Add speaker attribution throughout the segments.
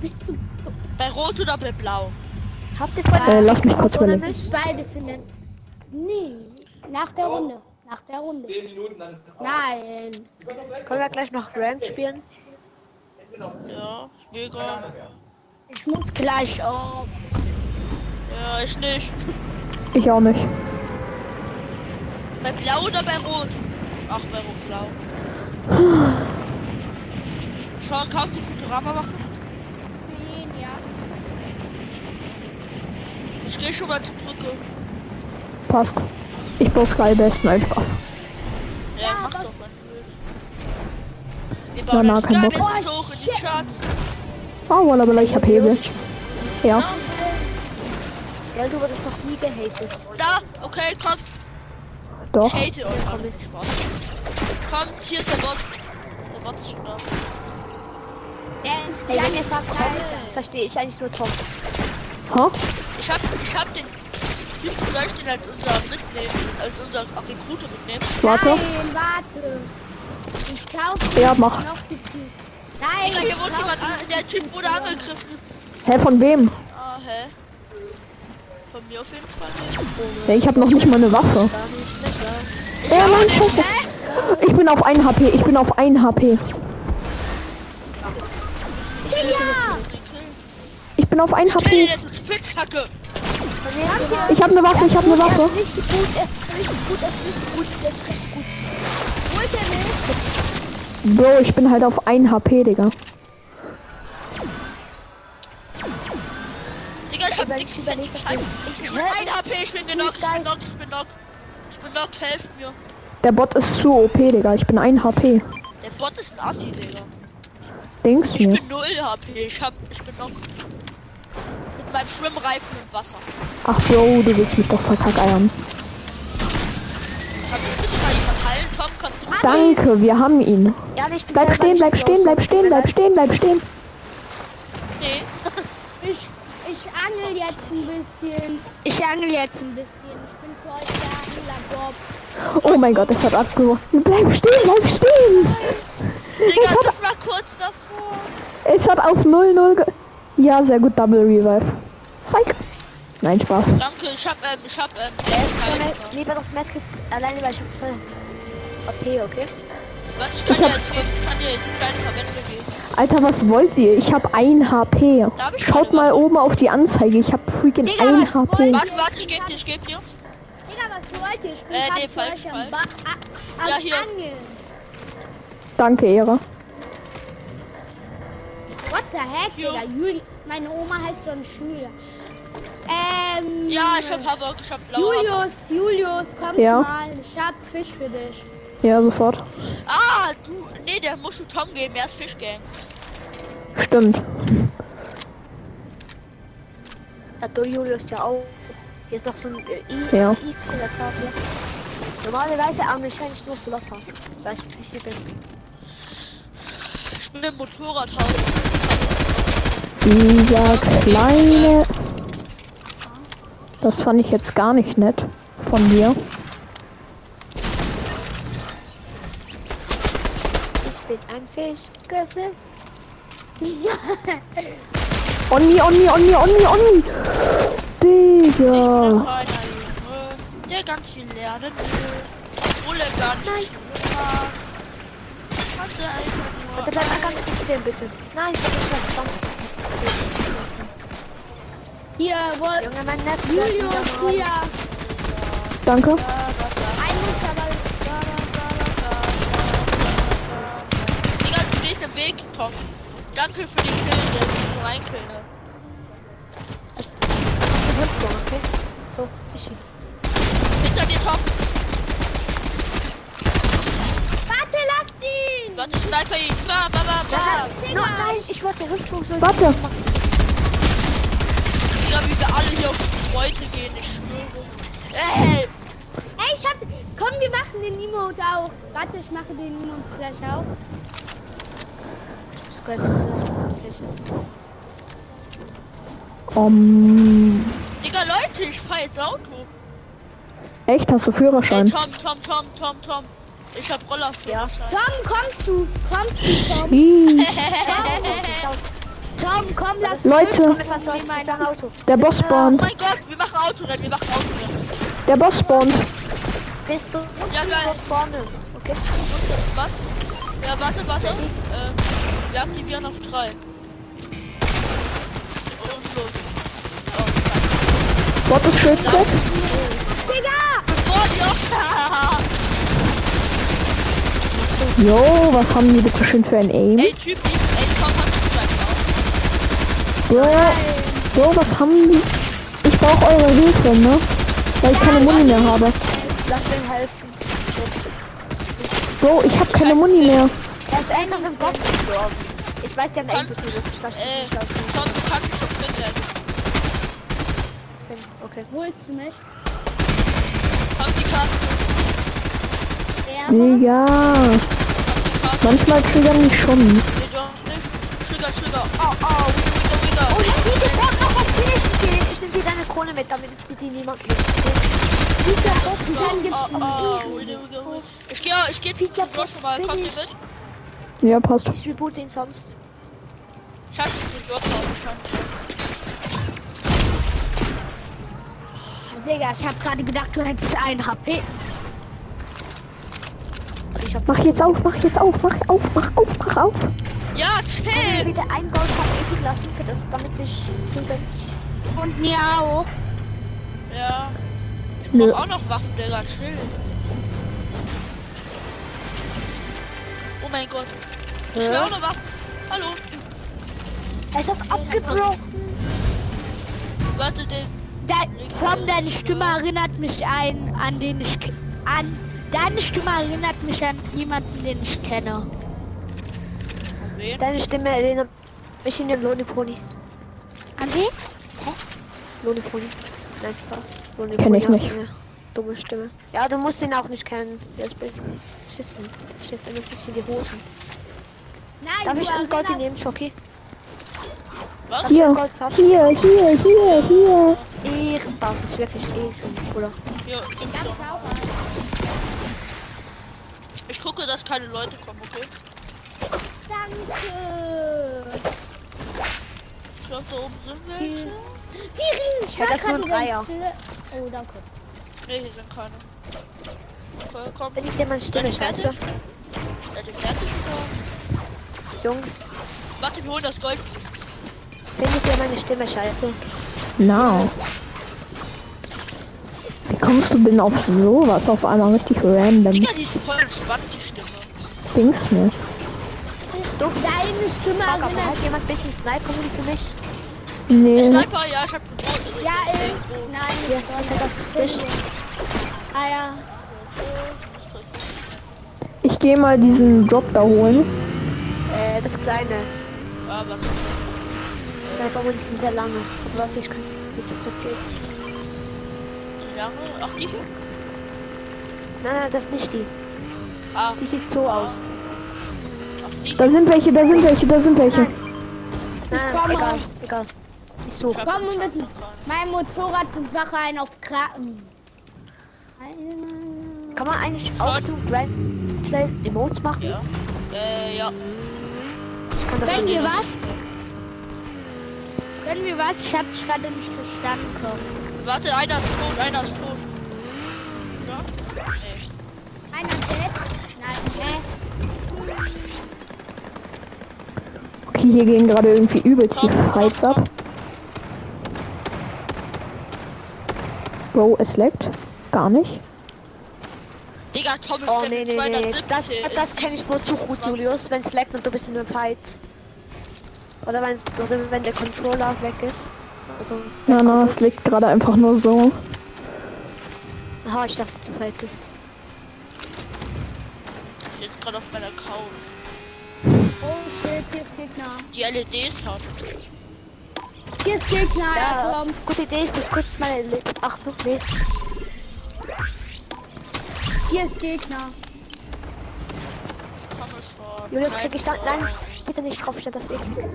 Speaker 1: Bist du
Speaker 2: Bei Rot oder bei Blau?
Speaker 3: Habt ihr von
Speaker 1: Äh,
Speaker 3: uns
Speaker 4: lass mich kurz
Speaker 3: oder
Speaker 4: überlegen.
Speaker 3: nicht?
Speaker 1: beides in der. Nee, nach der Runde. Nach der Runde.
Speaker 5: 10 Minuten, dann ist es aus.
Speaker 1: Nein.
Speaker 3: Können wir gleich noch Ranked spielen?
Speaker 2: Ja, mega.
Speaker 1: Ich muss gleich auf.
Speaker 2: Ja, ich nicht.
Speaker 4: Ich auch nicht.
Speaker 2: Bei Blau oder bei Rot? Ach, bei Rot, Blau. Schau, kaufst du Futurama machen?
Speaker 1: Wen, ja.
Speaker 2: Ich gehe schon mal zur Brücke.
Speaker 4: Passt. Ich brauch Sky Best, nein, Spaß.
Speaker 2: Ja,
Speaker 1: Ja,
Speaker 2: mach
Speaker 1: aber-
Speaker 2: doch, wenn du willst. Wir bauen
Speaker 4: Na,
Speaker 2: jetzt
Speaker 4: kein
Speaker 2: gar
Speaker 4: Bock.
Speaker 2: nichts hoch in die Charts.
Speaker 4: Ah, oh, aber ich hab Hebel. Ja.
Speaker 3: Ja, du wurdest noch nie gehatet.
Speaker 2: Da, okay, kommt.
Speaker 4: Doch.
Speaker 2: Ich hate euch. Komm, Spaß. Kommt, hier ist der Bot. Der Bot ist schon da.
Speaker 3: Der ist hey, wenn ihr sagt, komm, verstehe ich eigentlich nur Tom.
Speaker 4: Ha?
Speaker 2: Ich hab, ich hab den Typen, soll ich den als unser mitnehmen, als unser Rekruter mitnehmen?
Speaker 4: Warte.
Speaker 1: Nein, warte. Ich kaufe
Speaker 4: Ja, mach.
Speaker 1: noch die Tür. Nein,
Speaker 2: Digga,
Speaker 1: ich
Speaker 2: hier wurde
Speaker 1: kaufe
Speaker 2: jemand an, der Typ wurde angegriffen.
Speaker 4: Hä, von wem?
Speaker 2: Ah, hä? Von mir auf jeden Fall nicht.
Speaker 4: Ja, ich hab noch nicht mal eine Waffe.
Speaker 2: Ich
Speaker 4: Ja,
Speaker 2: hab
Speaker 4: Mann,
Speaker 2: nichts,
Speaker 4: Scheiße.
Speaker 2: hä?
Speaker 4: Ich bin auf 1 HP. Ich bin auf 1 HP.
Speaker 2: Digga!
Speaker 4: Ich bin auf 1
Speaker 2: Kill
Speaker 4: HP.
Speaker 2: jetzt mit Spitzhacke!
Speaker 4: Ich hab eine Waffe. Ich hab eine Waffe.
Speaker 3: Er ist richtig gut, er ist richtig gut, er ist richtig gut, er ist richtig gut. Holt er mich?
Speaker 4: Bro, ich bin halt auf 1 HP, Digga.
Speaker 2: Digga, ich hab
Speaker 3: Überleg-
Speaker 2: dick
Speaker 3: überleg,
Speaker 2: fette
Speaker 3: was
Speaker 2: Scheiben.
Speaker 3: ich-
Speaker 2: Ich bin
Speaker 3: Hä?
Speaker 2: 1 HP, ich bin genockt, ich bin
Speaker 3: Geist.
Speaker 2: knock, ich bin knock. Ich bin knock, helft mir.
Speaker 4: Der Bot ist zu OP, Digga. Ich bin 1 HP.
Speaker 2: Der Bot ist ein Assi, Digga.
Speaker 4: Denkst
Speaker 2: Ich
Speaker 4: du?
Speaker 2: bin 0 HP, ich hab, ich bin knock. Mit meinem Schwimmreifen im Wasser.
Speaker 4: Ach, Bro, du willst mich doch verkackeiern.
Speaker 2: Kann mich bitte mal jemand heilen? Tom, kannst du mich
Speaker 4: Danke, wir haben ihn.
Speaker 3: Ja, nee, ich bin
Speaker 4: Bleib
Speaker 3: selber
Speaker 4: stehen,
Speaker 3: nicht
Speaker 4: bleib
Speaker 3: gut
Speaker 4: stehen,
Speaker 3: aus,
Speaker 4: bleib
Speaker 3: tut
Speaker 4: stehen,
Speaker 3: mir
Speaker 4: bleib
Speaker 3: leid.
Speaker 4: stehen, bleib stehen.
Speaker 2: Nee.
Speaker 1: Ich, ich angel jetzt ein bisschen. Ich angel jetzt ein bisschen. Ich bin für euch der Angler Bob.
Speaker 4: Oh mein Gott, es hat abgeworfen. Bleib stehen, bleib stehen.
Speaker 2: Digga, das war kurz davor.
Speaker 4: Es hat auf 0-0 ge... Ja, sehr gut, Double Revive. Zeig. Nein, Spaß.
Speaker 2: Danke, ich hab, ähm, ich hab, ähm,
Speaker 3: Er
Speaker 2: der
Speaker 3: ist
Speaker 2: ist
Speaker 3: schon
Speaker 2: halt.
Speaker 3: mal- Lieber das Medkit alleine, weil ich hab zwei AP, okay?
Speaker 2: Warte, ich kann dir jetzt geben, ich kann dir jetzt eine kleine Verwendung geben.
Speaker 4: Alter, was wollt ihr? Ich hab 1 HP.
Speaker 2: Darf ich
Speaker 4: Schaut
Speaker 2: meine
Speaker 4: mal
Speaker 2: Waffe?
Speaker 4: oben auf die Anzeige. Ich hab freaking
Speaker 1: Digga,
Speaker 4: 1
Speaker 1: was wollt
Speaker 4: HP.
Speaker 1: ihr?
Speaker 2: Warte, warte, ich geb dir, ich geb dir.
Speaker 1: Digga, was wollt ihr? Ich bin
Speaker 2: Äh,
Speaker 1: grad
Speaker 2: nee,
Speaker 1: für
Speaker 2: falsch,
Speaker 1: euch am, ba
Speaker 2: falsch.
Speaker 1: a- am
Speaker 2: Ja, hier.
Speaker 1: Angeln.
Speaker 4: Danke, Ehre.
Speaker 1: What the heck,
Speaker 2: Jo.
Speaker 1: Digga? Juli. Meine Oma heißt schon Schüler. Ähm.
Speaker 2: Ja, ich hab Havoc, ich hab blau. Havoc.
Speaker 1: Julius, Julius, komm
Speaker 4: Ja.
Speaker 1: mal. Ich hab Fisch für dich.
Speaker 4: Ja, sofort.
Speaker 2: Ah, du, nee, der musst du Tom geben, er ist Fischgang.
Speaker 4: Stimmt.
Speaker 3: Ja, du Julius ja auch. Hier ist noch so ein äh, I,
Speaker 4: Ja.
Speaker 3: I in der Tafel. Normalerweise angle ich eigentlich nur Flopper, weil ich Fische bin.
Speaker 2: Ich bin im Motorradhaus.
Speaker 4: Dieser kleine... Das fand ich jetzt gar nicht nett von dir.
Speaker 3: Ich bin ein Fisch. Küsses.
Speaker 4: Onni, Onni, Onni, Onni, Onni.
Speaker 2: Ich bin ein
Speaker 4: Digga.
Speaker 2: kleiner Junge, der ganz viel lernen will. Obwohl er gar nicht in Schule war. Hat er
Speaker 3: Warte,
Speaker 2: einfach nur.
Speaker 3: bleib mal ganz kurz stehen, bitte. Nein, ich bin nicht verstanden.
Speaker 1: Hier, wo.
Speaker 3: Junge, mein Netz.
Speaker 1: Julius, hier.
Speaker 4: Danke.
Speaker 1: Ein muss aber.
Speaker 2: Digga, du stehst im Weg, Tom. Danke für den Kill, der ist nur ein Kill, ne?
Speaker 3: Okay? So, Fische.
Speaker 2: Hinter dir, Tom.
Speaker 1: Warte, lass ihn!
Speaker 2: Warte, Sniper ihn. Ba, ba, ba, ba.
Speaker 3: Äh, No, nein, ich wollte Hüftschwung so.
Speaker 4: Warte.
Speaker 2: Digga, wie wir alle hier auf die Beute gehen, ich schwöre. Ey,
Speaker 1: Ey, ich hab. Komm, wir machen den Emote auch. Warte, ich mache den Emote gleich auch.
Speaker 3: Ich weiß nicht, was das für ein Fisch ist.
Speaker 4: Um,
Speaker 2: Digga, Leute, ich fahr jetzt Auto.
Speaker 4: echt, hast du
Speaker 2: Ey,
Speaker 4: Führerschein?
Speaker 2: Tom, Tom, Tom, Tom, Tom. Ich hab Rollerführerschein.
Speaker 1: Tom, kommst du? Kommst du, Tom?
Speaker 4: Ih,
Speaker 3: Schau, schau.
Speaker 1: Tom, komm, lass
Speaker 4: Leute,
Speaker 3: Komm, wir fahren zu uns, ich sag Auto.
Speaker 4: der Boss
Speaker 2: Oh
Speaker 4: spawnt.
Speaker 2: mein Gott, wir machen Autorennen, wir machen Autorennen.
Speaker 4: Der Boss spawnt.
Speaker 3: Bist du?
Speaker 2: Ja, geil.
Speaker 3: Dort vorne. Okay.
Speaker 2: Was? Ja, warte, warte. Äh, wir aktivieren auf 3. Und los. Oh, fuck.
Speaker 4: Bot ist schön weg.
Speaker 1: Digga!
Speaker 2: Vor dir!
Speaker 4: Jo, was haben die bitte schön für ein Aim?
Speaker 2: Ey, Typ, ich, ey, komm, hast du gleich auf.
Speaker 4: Jo, jo, was haben die? Ich brauche eure Hilfe, ne? Weil ich keine Muni mehr habe.
Speaker 3: Lass den helfen.
Speaker 4: Jo, ich habe keine Muni mehr.
Speaker 3: Er ist einfach im Bot gestorben. Ich weiß, der hat einen
Speaker 2: Kannst
Speaker 3: Endbefehl. Ich dachte,
Speaker 2: Ey,
Speaker 3: ich glaub, ich
Speaker 2: komm, du kannst mich schon finden.
Speaker 3: bin- Okay.
Speaker 1: Holst du mich?
Speaker 2: Komm, die Karte,
Speaker 1: Ja.
Speaker 4: Digga.
Speaker 2: komm, die Karte.
Speaker 4: Manchmal triggern die schon.
Speaker 2: Nee, doch nicht. Trigger, Trigger. Au, au, wieder, wieder.
Speaker 3: Oh, der Rieke Bot noch auf Finish geht. Ich nehm dir deine Krone mit, damit sieht die niemand mit.
Speaker 1: Dieser Boss, die werden
Speaker 2: Oh,
Speaker 1: gibt's
Speaker 2: oh, wieder, wieder, wieder. Ich geh, ich geh zu
Speaker 3: Peter
Speaker 2: Josh mal, kommt ihr mit?
Speaker 4: Ja, passt.
Speaker 3: Ich reboot ihn sonst.
Speaker 2: Scheiße, ich bin Josh rausgekommen.
Speaker 1: Digga, ich hab gerade gedacht, du hättest ein HP.
Speaker 3: Ich hab
Speaker 4: Mach jetzt auf, mach jetzt auf, mach auf, mach auf, mach auf.
Speaker 2: Ja, chill!
Speaker 3: bitte ein Gold von Epic lassen, für das, damit ich drüber
Speaker 1: Und mir auch.
Speaker 2: Ja. Ich
Speaker 4: Nö.
Speaker 2: brauch auch noch Waffen, Digga, chill. Oh mein Gott. Ich will auch noch Waffen. Hallo.
Speaker 3: Er ist auf abgebrochen.
Speaker 2: Warte, den.
Speaker 1: Da, komm, deine Stimme erinnert mich ein, an den ich k- an. Deine Stimme erinnert mich an jemanden, den ich kenne.
Speaker 2: Wen?
Speaker 3: Deine Stimme erinnert mich in den Lohnepony.
Speaker 1: An wen?
Speaker 3: Lohnepony. Nein, Spaß. Lohnepony
Speaker 4: Kenn ich
Speaker 3: hat
Speaker 4: nicht.
Speaker 3: eine dumme Stimme. Ja, du musst ihn auch nicht kennen. Der ist beschissen. Schiss, er muss nicht in die Hosen.
Speaker 1: Nein,
Speaker 3: Darf
Speaker 1: du
Speaker 3: ich ein Gold
Speaker 1: erinnerst-
Speaker 3: nehmen, Schoki?
Speaker 2: Was?
Speaker 3: Darf ich ein
Speaker 4: Hier,
Speaker 3: Gold haben?
Speaker 4: hier, hier, hier, hier.
Speaker 3: Ehrenbaus ist wirklich Ehren, Bruder.
Speaker 2: Hier, im Sturm. Ich gucke, dass keine Leute kommen, okay?
Speaker 1: Danke.
Speaker 2: Ich glaube, da oben sind welche.
Speaker 1: Die riesen
Speaker 3: Ja, das ist nur ein Dreier.
Speaker 1: Oh, danke.
Speaker 2: Ne, hier sind keine. Okay, komm.
Speaker 3: Da liegt ja meine
Speaker 2: Seid
Speaker 3: Stimme,
Speaker 2: ihr
Speaker 3: scheiße.
Speaker 2: fertig? Seid ihr fertig oder?
Speaker 3: Jungs,
Speaker 2: Warte, wir holen das Gold.
Speaker 3: findet ihr meine Stimme, scheiße.
Speaker 4: Na. Wie kommst du denn auf sowas auf einmal richtig random?
Speaker 2: Digga, die ist voll entspannt, die Stimme.
Speaker 4: Dings mir.
Speaker 1: Doch deine Stimme
Speaker 3: Fuck, aber
Speaker 1: erinnert.
Speaker 3: hat jemand ein bisschen Sniper für mich?
Speaker 4: Nee.
Speaker 3: Mhm.
Speaker 2: Sniper, ja, ich hab gedroht.
Speaker 1: Ja,
Speaker 2: äh,
Speaker 1: äh,
Speaker 2: oh,
Speaker 1: nein,
Speaker 3: Ja,
Speaker 1: ich wollte
Speaker 3: das ist frisch.
Speaker 1: Ah ja.
Speaker 2: Oh, ich muss zurück.
Speaker 4: Ich gehe mal diesen Drop da holen.
Speaker 3: Äh, das kleine.
Speaker 2: Ah, warte.
Speaker 3: Sniper Muni sind sehr lange. Aber Warte, ich kann es dir zurückgeben.
Speaker 2: Die lange? ne? Ach, die hier?
Speaker 3: Nein, nein, das ist nicht die.
Speaker 2: Ah,
Speaker 3: Die sieht so aus.
Speaker 2: ach, die.
Speaker 4: Da sind welche, da sind welche, da sind welche.
Speaker 3: Nein,
Speaker 1: komm
Speaker 3: nein, egal,
Speaker 1: raus.
Speaker 3: egal. Nicht so.
Speaker 2: Ich hab-
Speaker 1: Komm
Speaker 2: ich hab
Speaker 1: mit
Speaker 2: noch keine.
Speaker 1: meinem Motorrad und mache einen auf Kraken.
Speaker 3: Kann man eigentlich auch zum Grand Trail Emotes machen?
Speaker 2: Ja. Äh, ja.
Speaker 3: Ich kann das
Speaker 1: Wenn
Speaker 3: nicht.
Speaker 1: wir was? Wenn wir was? Ich hab dich gerade nicht verstanden. Komm.
Speaker 2: Warte, einer ist tot, einer ist tot. Ja? Nee.
Speaker 1: Einer selbst? Nein, hä?
Speaker 4: Okay, hier gehen gerade irgendwie übelst die Fights ab. Bro, es leckt. Gar nicht.
Speaker 2: Digga, Tom ist
Speaker 3: Oh,
Speaker 2: Level
Speaker 3: nee, nee, nee.
Speaker 2: 217.
Speaker 3: Das, das
Speaker 2: ist
Speaker 3: kenne ich wohl zu gut,
Speaker 2: 27.
Speaker 3: Julius. Wenn es laggt und du bist in einem Fight. Oder wenn's, also wenn der Controller weg ist. Also,
Speaker 4: Na, na, es liegt gerade einfach nur so.
Speaker 3: aha, ich dachte, du fightest.
Speaker 2: Ich sitze gerade auf meiner Couch,
Speaker 1: Oh shit, hier ist Gegner.
Speaker 2: die E LEDs hat.
Speaker 1: Hier ist Gegner, ja,
Speaker 3: Ja,
Speaker 1: komm.
Speaker 3: gute Idee, ich muss kurz meine Le Achtung, nee.
Speaker 1: Hier ist Gegner.
Speaker 2: Ich komme schon.
Speaker 3: Julius,
Speaker 2: Kein
Speaker 3: krieg ich da.
Speaker 2: Tor.
Speaker 3: Nein, bitte nicht draufstellen, das ist eklig.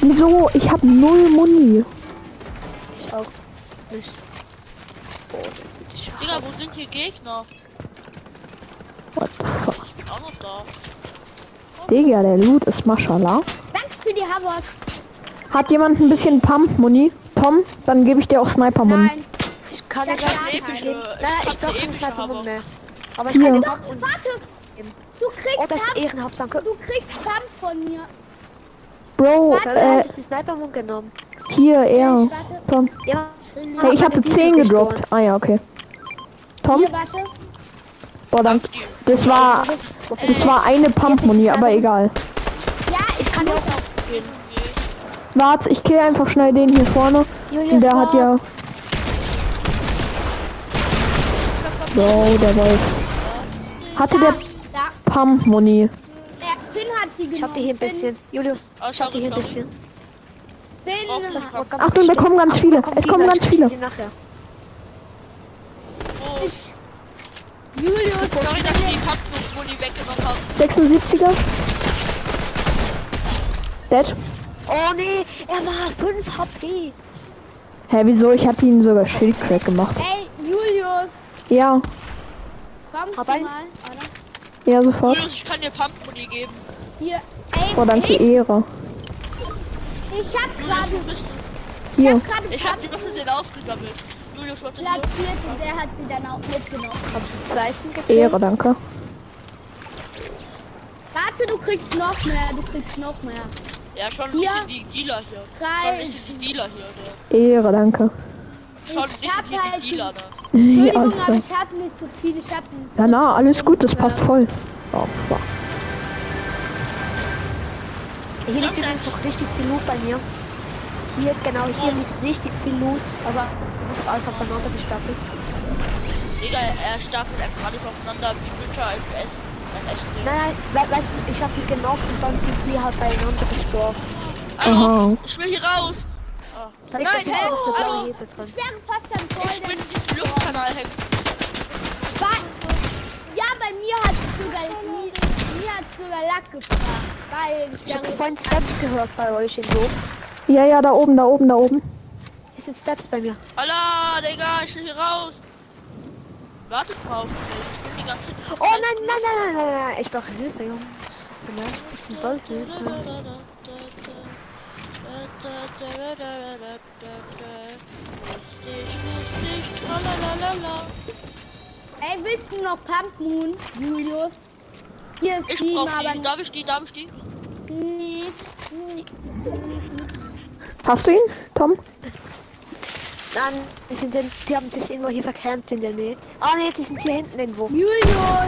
Speaker 4: Wieso? Ich habe null Muni.
Speaker 3: Ich auch nicht. Oh, bitte schau.
Speaker 2: Digga, wo sind hier Gegner?
Speaker 4: What the fuck?
Speaker 2: Ich bin auch noch da.
Speaker 4: Digga, der Loot ist Maschallah.
Speaker 1: Danke für die Hamburg.
Speaker 4: Hat jemand ein bisschen Pump-Money? Tom, dann gebe ich dir auch Sniper-Money.
Speaker 1: Nein.
Speaker 3: Ich kann
Speaker 1: Ich
Speaker 3: dir
Speaker 1: hab
Speaker 3: gar
Speaker 1: eine
Speaker 3: nicht mehr
Speaker 1: epische-
Speaker 3: geben.
Speaker 2: ich
Speaker 3: Na, ich
Speaker 2: hab
Speaker 3: glaube,
Speaker 2: eine
Speaker 3: ich
Speaker 2: epische,
Speaker 3: kann
Speaker 2: aber-
Speaker 3: nicht mehr. Aber ich kann
Speaker 4: Ja.
Speaker 3: dir
Speaker 1: Doch,
Speaker 3: Pump und...
Speaker 1: warte. Du kriegst
Speaker 3: Oh, das ist
Speaker 1: Pump,
Speaker 3: ehrenhaft, danke.
Speaker 1: du kriegst Pump von mir.
Speaker 4: Bro,
Speaker 3: Dann
Speaker 4: äh,
Speaker 3: hat es die Sniper-Mund genommen.
Speaker 4: hier, er.
Speaker 1: Ich warte.
Speaker 4: Tom.
Speaker 3: Ja,
Speaker 4: Hey, ich habe
Speaker 3: meine
Speaker 4: 10
Speaker 3: Ah, Videos
Speaker 4: gedroppt. Ah ja, okay. Tom,
Speaker 1: Hier, warte.
Speaker 4: boah, danke. Das war, das war eine Pump-Money, aber egal.
Speaker 1: Ja, ich kann auch.
Speaker 2: Gehen.
Speaker 4: Warte, ich kill einfach schnell den hier vorne.
Speaker 3: Julius
Speaker 4: Der hat ja... Bro, der weiß. Hatte der
Speaker 1: Da.
Speaker 4: Pump-Money?
Speaker 1: Der Finn hat sie genommen.
Speaker 3: Ich hab dir hier ein bisschen. Julius,
Speaker 2: Oh,
Speaker 3: ich hab
Speaker 2: sorry,
Speaker 3: dir hier
Speaker 2: sorry.
Speaker 3: ein bisschen.
Speaker 1: Finn, Finn
Speaker 3: Oh, ganz
Speaker 4: Achtung, da
Speaker 3: bestimmt.
Speaker 4: kommen ganz
Speaker 3: Achtung,
Speaker 4: viele.
Speaker 3: da kommen
Speaker 4: Es kommen ganz
Speaker 3: Ich schieß
Speaker 4: viele.
Speaker 3: die nachher.
Speaker 2: Oh,
Speaker 1: Julius.
Speaker 2: sorry, dass ich die Pappmuni weggenommen habe.
Speaker 4: 76er. Dead.
Speaker 3: Oh nee, er war 5 HP.
Speaker 4: Hä, wieso? Ich hab ihn sogar Schildcrack gemacht.
Speaker 1: Ey, Julius.
Speaker 4: Ja,
Speaker 1: Kommst
Speaker 3: Hab
Speaker 1: du
Speaker 3: ein-
Speaker 1: mal? Oder?
Speaker 4: ja, sofort.
Speaker 2: Julius, ich kann dir Pappmuni geben.
Speaker 1: Hier. Ey,
Speaker 4: Boah, Oh, danke,
Speaker 1: ich,
Speaker 4: Ehre.
Speaker 1: ich hab
Speaker 2: Julius, wo
Speaker 1: gerade.
Speaker 2: bist du?
Speaker 1: Ich
Speaker 4: Hier.
Speaker 1: hab gerade
Speaker 2: Ich hab dir noch ein bisschen aufgesammelt. Julius, was ist los?
Speaker 1: platziert und der hat sie dann auch mitgenommen.
Speaker 3: Hab den zweiten gekillt.
Speaker 4: Ehre, danke.
Speaker 1: Warte, du kriegst noch mehr. Du kriegst noch mehr.
Speaker 2: Ja, schon ein
Speaker 1: Hier.
Speaker 2: bisschen die Dealer hier. Schon ein
Speaker 1: Drei.
Speaker 2: bisschen die Dealer hier, ne?
Speaker 4: Ehre, danke.
Speaker 2: Schon ein
Speaker 1: Ich
Speaker 2: bisschen
Speaker 1: hab
Speaker 2: hier
Speaker 1: halt
Speaker 2: die Dealer, ne?
Speaker 4: Ja,
Speaker 1: Entschuldigung, aber
Speaker 4: also.
Speaker 1: ich hab nicht so viel. Ich hab dieses.
Speaker 4: ja, na, alles gut, das
Speaker 1: Rüstungswerk.
Speaker 4: passt voll. Oh, fuck.
Speaker 3: Hier liegt übrigens noch richtig viel Loot bei mir. Hier, genau, hier liegt richtig viel Loot. Also, das alles aufeinander gestapelt.
Speaker 2: Digga, er stapelt einfach alles aufeinander wie Mütter im Essen. Beim Essen, Digga.
Speaker 3: Nein, nein, we weißt du, ich hab die genommen und dann sind die halt beieinander gestorben.
Speaker 2: Hallo,
Speaker 4: Aha.
Speaker 2: ich will hier raus. Ah.
Speaker 3: Da
Speaker 2: Nein,
Speaker 3: liegt
Speaker 2: hä?
Speaker 3: natürlich auch noch der blaue
Speaker 2: Hallo,
Speaker 3: Hebel drin.
Speaker 1: Ich wäre fast am Tor.
Speaker 2: ich
Speaker 1: der-
Speaker 2: bin im Luftkanal hängen.
Speaker 1: Wa- Ja, bei mir hat sogar mir, mir hat sogar Lack gefragt, weil ich
Speaker 3: Ich hab
Speaker 1: wäre-
Speaker 3: vorhin Steps gehört bei euch in so.
Speaker 4: Ja, ja, da oben, da oben, da oben.
Speaker 3: Hier sind Steps bei mir.
Speaker 2: Allah, Digga, ich will hier raus. Wartet mal auf mich, ich bin die ganze Zeit...
Speaker 3: Oh nein, nein, nein, nein, nein, nein. Ich brauche Hilfe, Jungs. Vielleicht ein bisschen doll Hilfe.
Speaker 2: Lustig, lustig, tralalala.
Speaker 1: Ey, willst du noch Pump Moon, Julius? Hier ist
Speaker 2: Ich
Speaker 1: die,
Speaker 2: brauch
Speaker 1: aber
Speaker 2: die. Darf ich die? Darf ich die?
Speaker 1: nee, nee.
Speaker 4: Hast du ihn, Tom?
Speaker 3: Nein, die sind denn, die haben sich irgendwo hier verkämpft in der Nähe. Oh ne, die sind hier hinten irgendwo.
Speaker 1: Julius,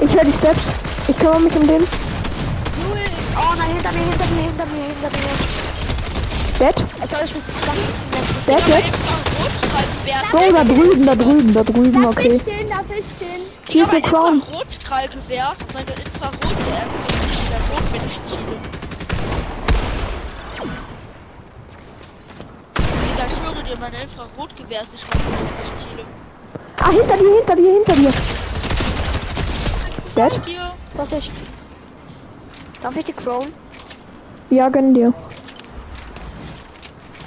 Speaker 4: Ich höre die Steps. Ich kümmere mich um den.
Speaker 1: Julius,
Speaker 3: Oh nein, hinter mir, hinter mir, hinter mir, hinter mir.
Speaker 4: Dead.
Speaker 3: Soll ich mich nicht machen?
Speaker 4: Dead,
Speaker 2: Digga,
Speaker 4: dead.
Speaker 2: jetzt mal Rotstreifen werfen.
Speaker 4: Bro, da drüben, da drüben, da drüben,
Speaker 1: darf
Speaker 4: okay.
Speaker 1: ich stehen, darf ich stehen?
Speaker 2: Digga, mein
Speaker 4: Hier ist der Crown.
Speaker 2: Infrarotstrahlgewehr, meine Infrarot-App ist nicht mehr rot, wenn ich ziele. Digga, ich schwöre dir, mein Infrarotgewehr ist nicht mehr rot, wenn ich ziele.
Speaker 4: Ah, hinter dir, hinter dir, hinter dir. Dead?
Speaker 2: Hier,
Speaker 3: Was ist? Darf ich die Crown?
Speaker 4: Ja, gönn dir.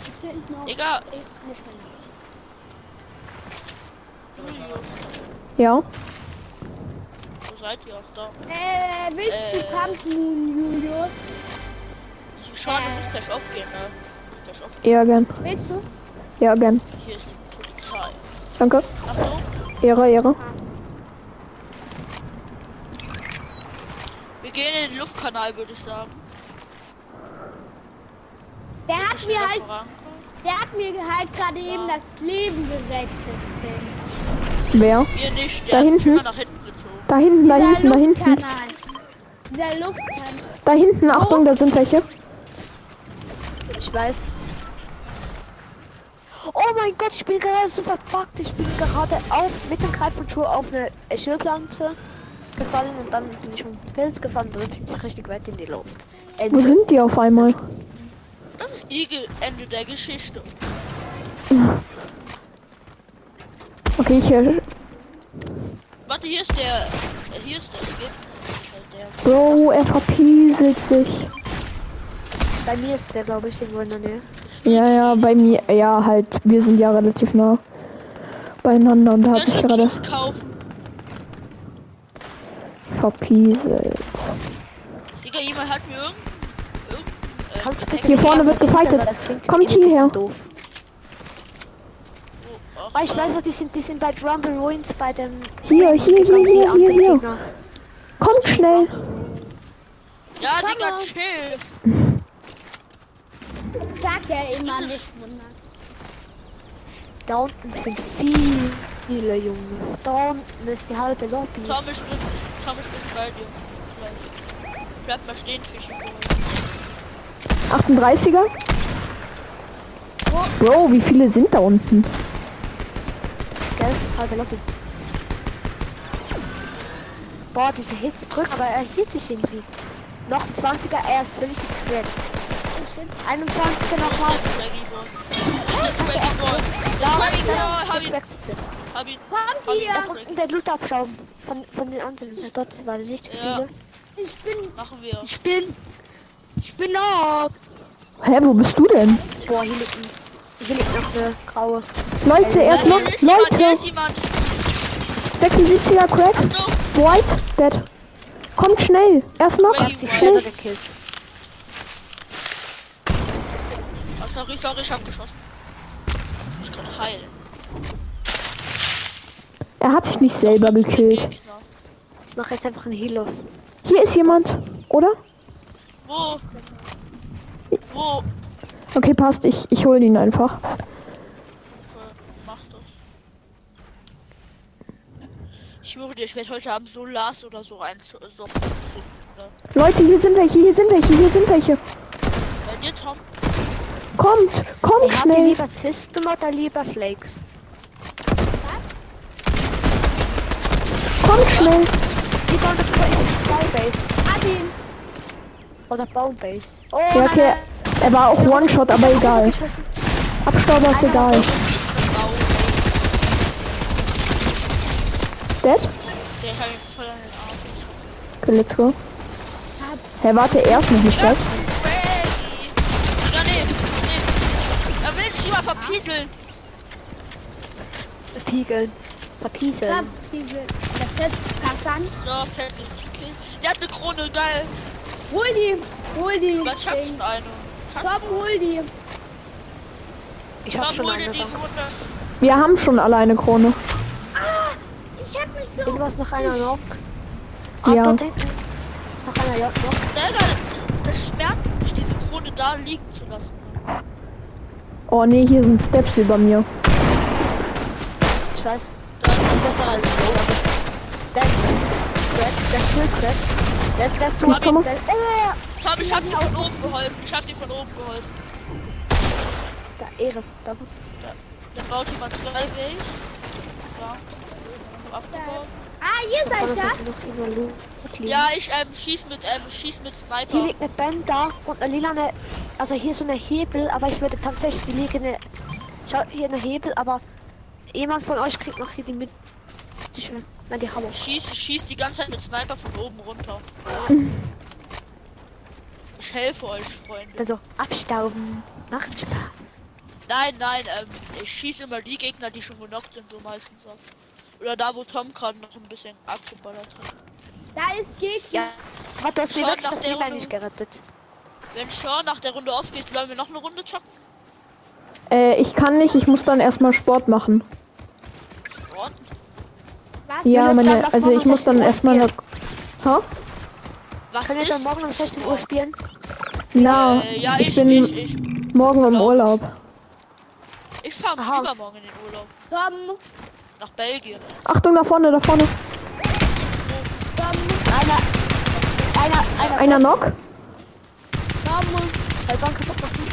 Speaker 1: Ich bin noch-
Speaker 2: Digga, ich muss mal hier. Julius,
Speaker 4: Ja.
Speaker 2: wo seid ihr auch da?
Speaker 1: Äh, willst du
Speaker 2: Äh.
Speaker 1: Pump Moon, Julius?
Speaker 2: Ich schade, du musst gleich aufgehen, ne? Du musst gleich aufgehen.
Speaker 4: Ja, gern.
Speaker 1: Willst du?
Speaker 4: Ja, gern.
Speaker 2: Hier ist die Polizei.
Speaker 4: Danke.
Speaker 2: Achtung,
Speaker 4: Ehre, Ehre.
Speaker 2: wir gehen in den Luftkanal, würde ich sagen.
Speaker 1: Der hat mir
Speaker 2: Schneller
Speaker 1: halt,
Speaker 2: vorankommen.
Speaker 1: der hat mir halt gerade eben das Leben gerettet. Finn.
Speaker 4: Wer?
Speaker 2: Mir nicht,
Speaker 4: Da
Speaker 2: der hat mich
Speaker 4: hinten?
Speaker 2: immer nach hinten gezogen.
Speaker 4: Da hinten, da hinten, da hinten.
Speaker 1: Luftkanal. Dieser Luftkanal.
Speaker 4: Da hinten, Achtung, da sind welche.
Speaker 3: Ich weiß. Oh mein Gott, ich bin gerade so verpackt. Ich bin gerade auf mit dem Greifhandschuh auf eine Schildpflanze gefallen und dann bin ich vom Pilz gefallen und dann bin ich richtig weit in die Luft.
Speaker 4: Wo
Speaker 3: Ende.
Speaker 4: sind die auf einmal?
Speaker 2: Das ist die Ge Ende der Geschichte.
Speaker 4: Okay, ich äh, höre.
Speaker 2: Warte, hier ist der. äh, Hier ist der Skin. Äh, Der,
Speaker 4: Bro, er verpieselt sich.
Speaker 3: Bei mir ist der, glaube ich, irgendwo in der Nähe.
Speaker 4: Ja, ja, bei mir. Ja, halt. Wir sind ja relativ nah beieinander und da
Speaker 2: der
Speaker 4: hat sich
Speaker 2: soll
Speaker 4: gerade
Speaker 2: Kies kaufen.
Speaker 4: verpieselt.
Speaker 2: Digga, jemand hat mir irgendein. äh, irgendein
Speaker 3: Kannst du bitte
Speaker 4: Hier
Speaker 3: nicht
Speaker 4: vorne
Speaker 3: sagen,
Speaker 4: wird
Speaker 3: wer du bist, aber
Speaker 4: gefightet.
Speaker 3: das klingt
Speaker 4: Kommt
Speaker 3: irgendwie ein
Speaker 4: hierher.
Speaker 3: bisschen Doof.
Speaker 2: Oh,
Speaker 3: Oh,
Speaker 2: ach,
Speaker 3: ich weiß noch, die sind, die sind bei Rumble Ruins bei dem.
Speaker 4: Hier, hier, hier,
Speaker 3: gekommen, die
Speaker 4: hier, hier,
Speaker 3: anderen
Speaker 4: hier.
Speaker 3: Gegner.
Speaker 4: Kommt schnell.
Speaker 2: ja, Digga, chill.
Speaker 1: Sagt er immer nicht wundern.
Speaker 3: Da unten sind viel- viele Junge. Da unten ist die halbe Lobby.
Speaker 2: Tommy springt, Tommy springt bei dir. Gleich. Bleib mal stehen, Fischeboy.
Speaker 4: 38er. Bro, wie viele sind da unten?
Speaker 3: Gell? Halbe Lobby. Boah, diese Hits drücken, aber er hielt sich irgendwie. Noch ein 20er, er ist richtig quer.
Speaker 2: Oh
Speaker 3: 21er
Speaker 2: Wo ist
Speaker 3: nochmal.
Speaker 2: der Craggy Boy? Wo ist der Craggy Boy? Der
Speaker 3: Da,
Speaker 2: Craggy Boy,
Speaker 3: das
Speaker 2: hab
Speaker 3: ist
Speaker 2: ihn,
Speaker 3: der quackste.
Speaker 2: hab ihn.
Speaker 1: Kommt
Speaker 2: Hab ihn,
Speaker 1: hier.
Speaker 3: Das ist
Speaker 2: hab ihn.
Speaker 3: unten der Lootabschaum von, von den anderen. Dort waren richtig
Speaker 2: Ja.
Speaker 3: viele.
Speaker 1: Ich bin,
Speaker 2: Machen wir.
Speaker 1: ich bin, ich bin auch.
Speaker 4: Hä, wo bist du denn?
Speaker 3: Boah, hier liegt, ein- hier liegt noch eine graue.
Speaker 4: Leute, erst noch.
Speaker 2: Hier ist jemand, Äh, hier
Speaker 4: Leute,
Speaker 2: ist jemand.
Speaker 4: 76er Crack.
Speaker 2: Achtung,
Speaker 4: White, dead. Kommt schnell. Erst noch.
Speaker 2: Hat sich
Speaker 4: Schnell.
Speaker 3: gekillt.
Speaker 2: Oh, sorry, sorry, ich hab geschossen. Ich muss mich grad heilen.
Speaker 4: Er hat sich nicht selber gekillt.
Speaker 2: Gegner.
Speaker 3: Mach jetzt einfach einen Heal auf.
Speaker 4: Hier ist jemand, oder?
Speaker 2: Wo? Wo?
Speaker 4: Okay, passt. Ich, ich hole ihn einfach.
Speaker 2: Okay, mach das. Ich schwöre dir, ich werde heute Abend so Lars oder so ein so, so, so ne?
Speaker 4: Leute, hier sind welche, hier sind welche, hier sind welche.
Speaker 2: Bei dir, Tom?
Speaker 4: Kommt, kommt
Speaker 3: Habt ihr
Speaker 4: schnell.
Speaker 3: lieber Zisten oder lieber Flakes?
Speaker 4: Kommt schnell.
Speaker 3: Die sollen doch voll Skybase
Speaker 1: Hab ihn.
Speaker 3: oder Bowbase. Oh,
Speaker 4: Ja, okay. Er war auch One-Shot, aber egal.
Speaker 3: geschossen.
Speaker 4: Abstauber ist egal.
Speaker 2: Ich bin Bau.
Speaker 4: Dead?
Speaker 2: Der hat mir voll an den Arsch geschossen.
Speaker 4: Okay, let's go. Hä, warte, er ist noch nicht
Speaker 2: Ja,
Speaker 4: dead.
Speaker 2: crazy. Digga, nee, nee. Da will sich jemand verpieseln.
Speaker 3: Piegeln. Verpieseln.
Speaker 1: diese, das jetzt Kassan.
Speaker 2: So, fett. Okay. Der hat eine Krone, geil.
Speaker 1: Hol die, hol die.
Speaker 2: Was ich hab schon eine. Ich hab-
Speaker 1: Komm, hol die.
Speaker 3: Ich hab
Speaker 2: Warum
Speaker 3: schon
Speaker 2: wurde
Speaker 3: eine.
Speaker 2: die
Speaker 3: danke.
Speaker 2: Krone?
Speaker 4: Wir haben schon alle eine Krone.
Speaker 1: Ich hab mich so.
Speaker 3: Hinten war es noch einer noch.
Speaker 4: Ja.
Speaker 3: dort hinten. Ist noch einer ja, noch.
Speaker 2: Digga, das schmerzt mich, halt diese Krone da liegen zu lassen.
Speaker 4: Oh nee, hier sind Steps über mir.
Speaker 3: Ich weiß.
Speaker 2: Da
Speaker 3: Das war alles so. Also, das ist Crap. Das ist Shield Crap. Das, das ist so
Speaker 4: Was kann man-
Speaker 3: das- Oh,
Speaker 2: Tom, ich hab dir von oben geholfen. Ich hab dir von oben geholfen.
Speaker 3: Da, Ehre. Da,
Speaker 2: Dann baut jemand Skybase. Ja. Hab Abgebaut.
Speaker 1: Ah, ihr
Speaker 3: da vorne
Speaker 1: seid da.
Speaker 3: sollte noch immer Loot liegen.
Speaker 2: Ja, ich ähm, schieß mit ähm, schieß mit
Speaker 3: Hier
Speaker 2: Sniper.
Speaker 3: liegt eine Band da und eine lilane, also hier so eine Hebel, aber ich würde tatsächlich die liege eine, schaut hier eine Hebel, aber jemand von euch kriegt noch hier die mit, die schön, nein die Hammer.
Speaker 2: Schieß, ich schieß die ganze Zeit mit Sniper von oben runter. Ich helfe euch, Freunde.
Speaker 3: Also abstauben, macht Spaß.
Speaker 2: Nein, nein, ähm, ich schieß immer die Gegner, die schon genockt sind, so meistens ab. Oder da, wo Tom gerade noch ein bisschen abgeballert hat.
Speaker 1: Da ist Gegner.
Speaker 3: Ja, aber du hast mir
Speaker 2: Schaut
Speaker 3: wirklich
Speaker 2: nach
Speaker 3: das
Speaker 2: der
Speaker 3: Leben
Speaker 2: Runde.
Speaker 3: nicht gerettet.
Speaker 2: Wenn Sean nach der Runde aufgeht, wollen wir noch eine Runde zocken?
Speaker 4: Äh, ich kann nicht, ich muss dann erstmal Sport machen.
Speaker 2: Und?
Speaker 1: Was?
Speaker 4: Ja,
Speaker 3: Jonas, lass-
Speaker 4: meine,
Speaker 3: lass
Speaker 4: also
Speaker 3: morgen
Speaker 4: ich muss dann
Speaker 3: 16 Uhr
Speaker 4: erstmal eine... Ha?
Speaker 2: Was
Speaker 3: Können wir dann
Speaker 2: ist?
Speaker 3: morgen um 16 Uhr spielen?
Speaker 4: Na,
Speaker 2: Äh, ja,
Speaker 4: Genau.
Speaker 2: ich,
Speaker 4: ich,
Speaker 2: ich,
Speaker 4: bin
Speaker 2: ich, ich,
Speaker 4: morgen im
Speaker 2: glaub
Speaker 4: Urlaub.
Speaker 2: ich fahre
Speaker 3: Aha.
Speaker 2: übermorgen in den Urlaub.
Speaker 1: Tom,
Speaker 2: Nach Belgien.
Speaker 4: Achtung, da vorne, da vorne.
Speaker 1: Tom,
Speaker 3: Einer, einer, einer,
Speaker 4: Einer Knock.
Speaker 1: Tom.
Speaker 3: Weil Bank kaputt machen.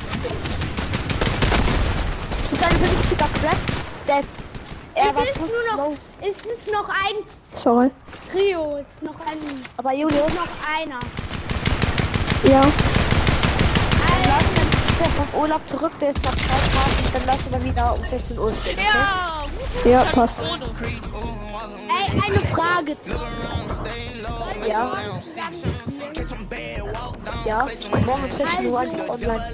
Speaker 3: So kleine 50er Crap, der, er war
Speaker 1: ist
Speaker 3: so
Speaker 1: nur noch-
Speaker 3: low.
Speaker 1: Es ist noch ein
Speaker 4: Sorry.
Speaker 1: Trio. Es ist noch ein,
Speaker 3: Aber Julius,
Speaker 1: noch einer.
Speaker 4: Ja.
Speaker 3: Lass, wenn du vom Urlaub zurück bist, nach drei Tagen, dann lass immer wieder um 16 Uhr spielen.
Speaker 2: Ja!
Speaker 4: Ja,
Speaker 2: Ich hab
Speaker 4: passt.
Speaker 2: die Krone.
Speaker 1: Ey, eine Frage.
Speaker 3: Okay? Ja, ja. Morgen um 16 Uhr einfach online.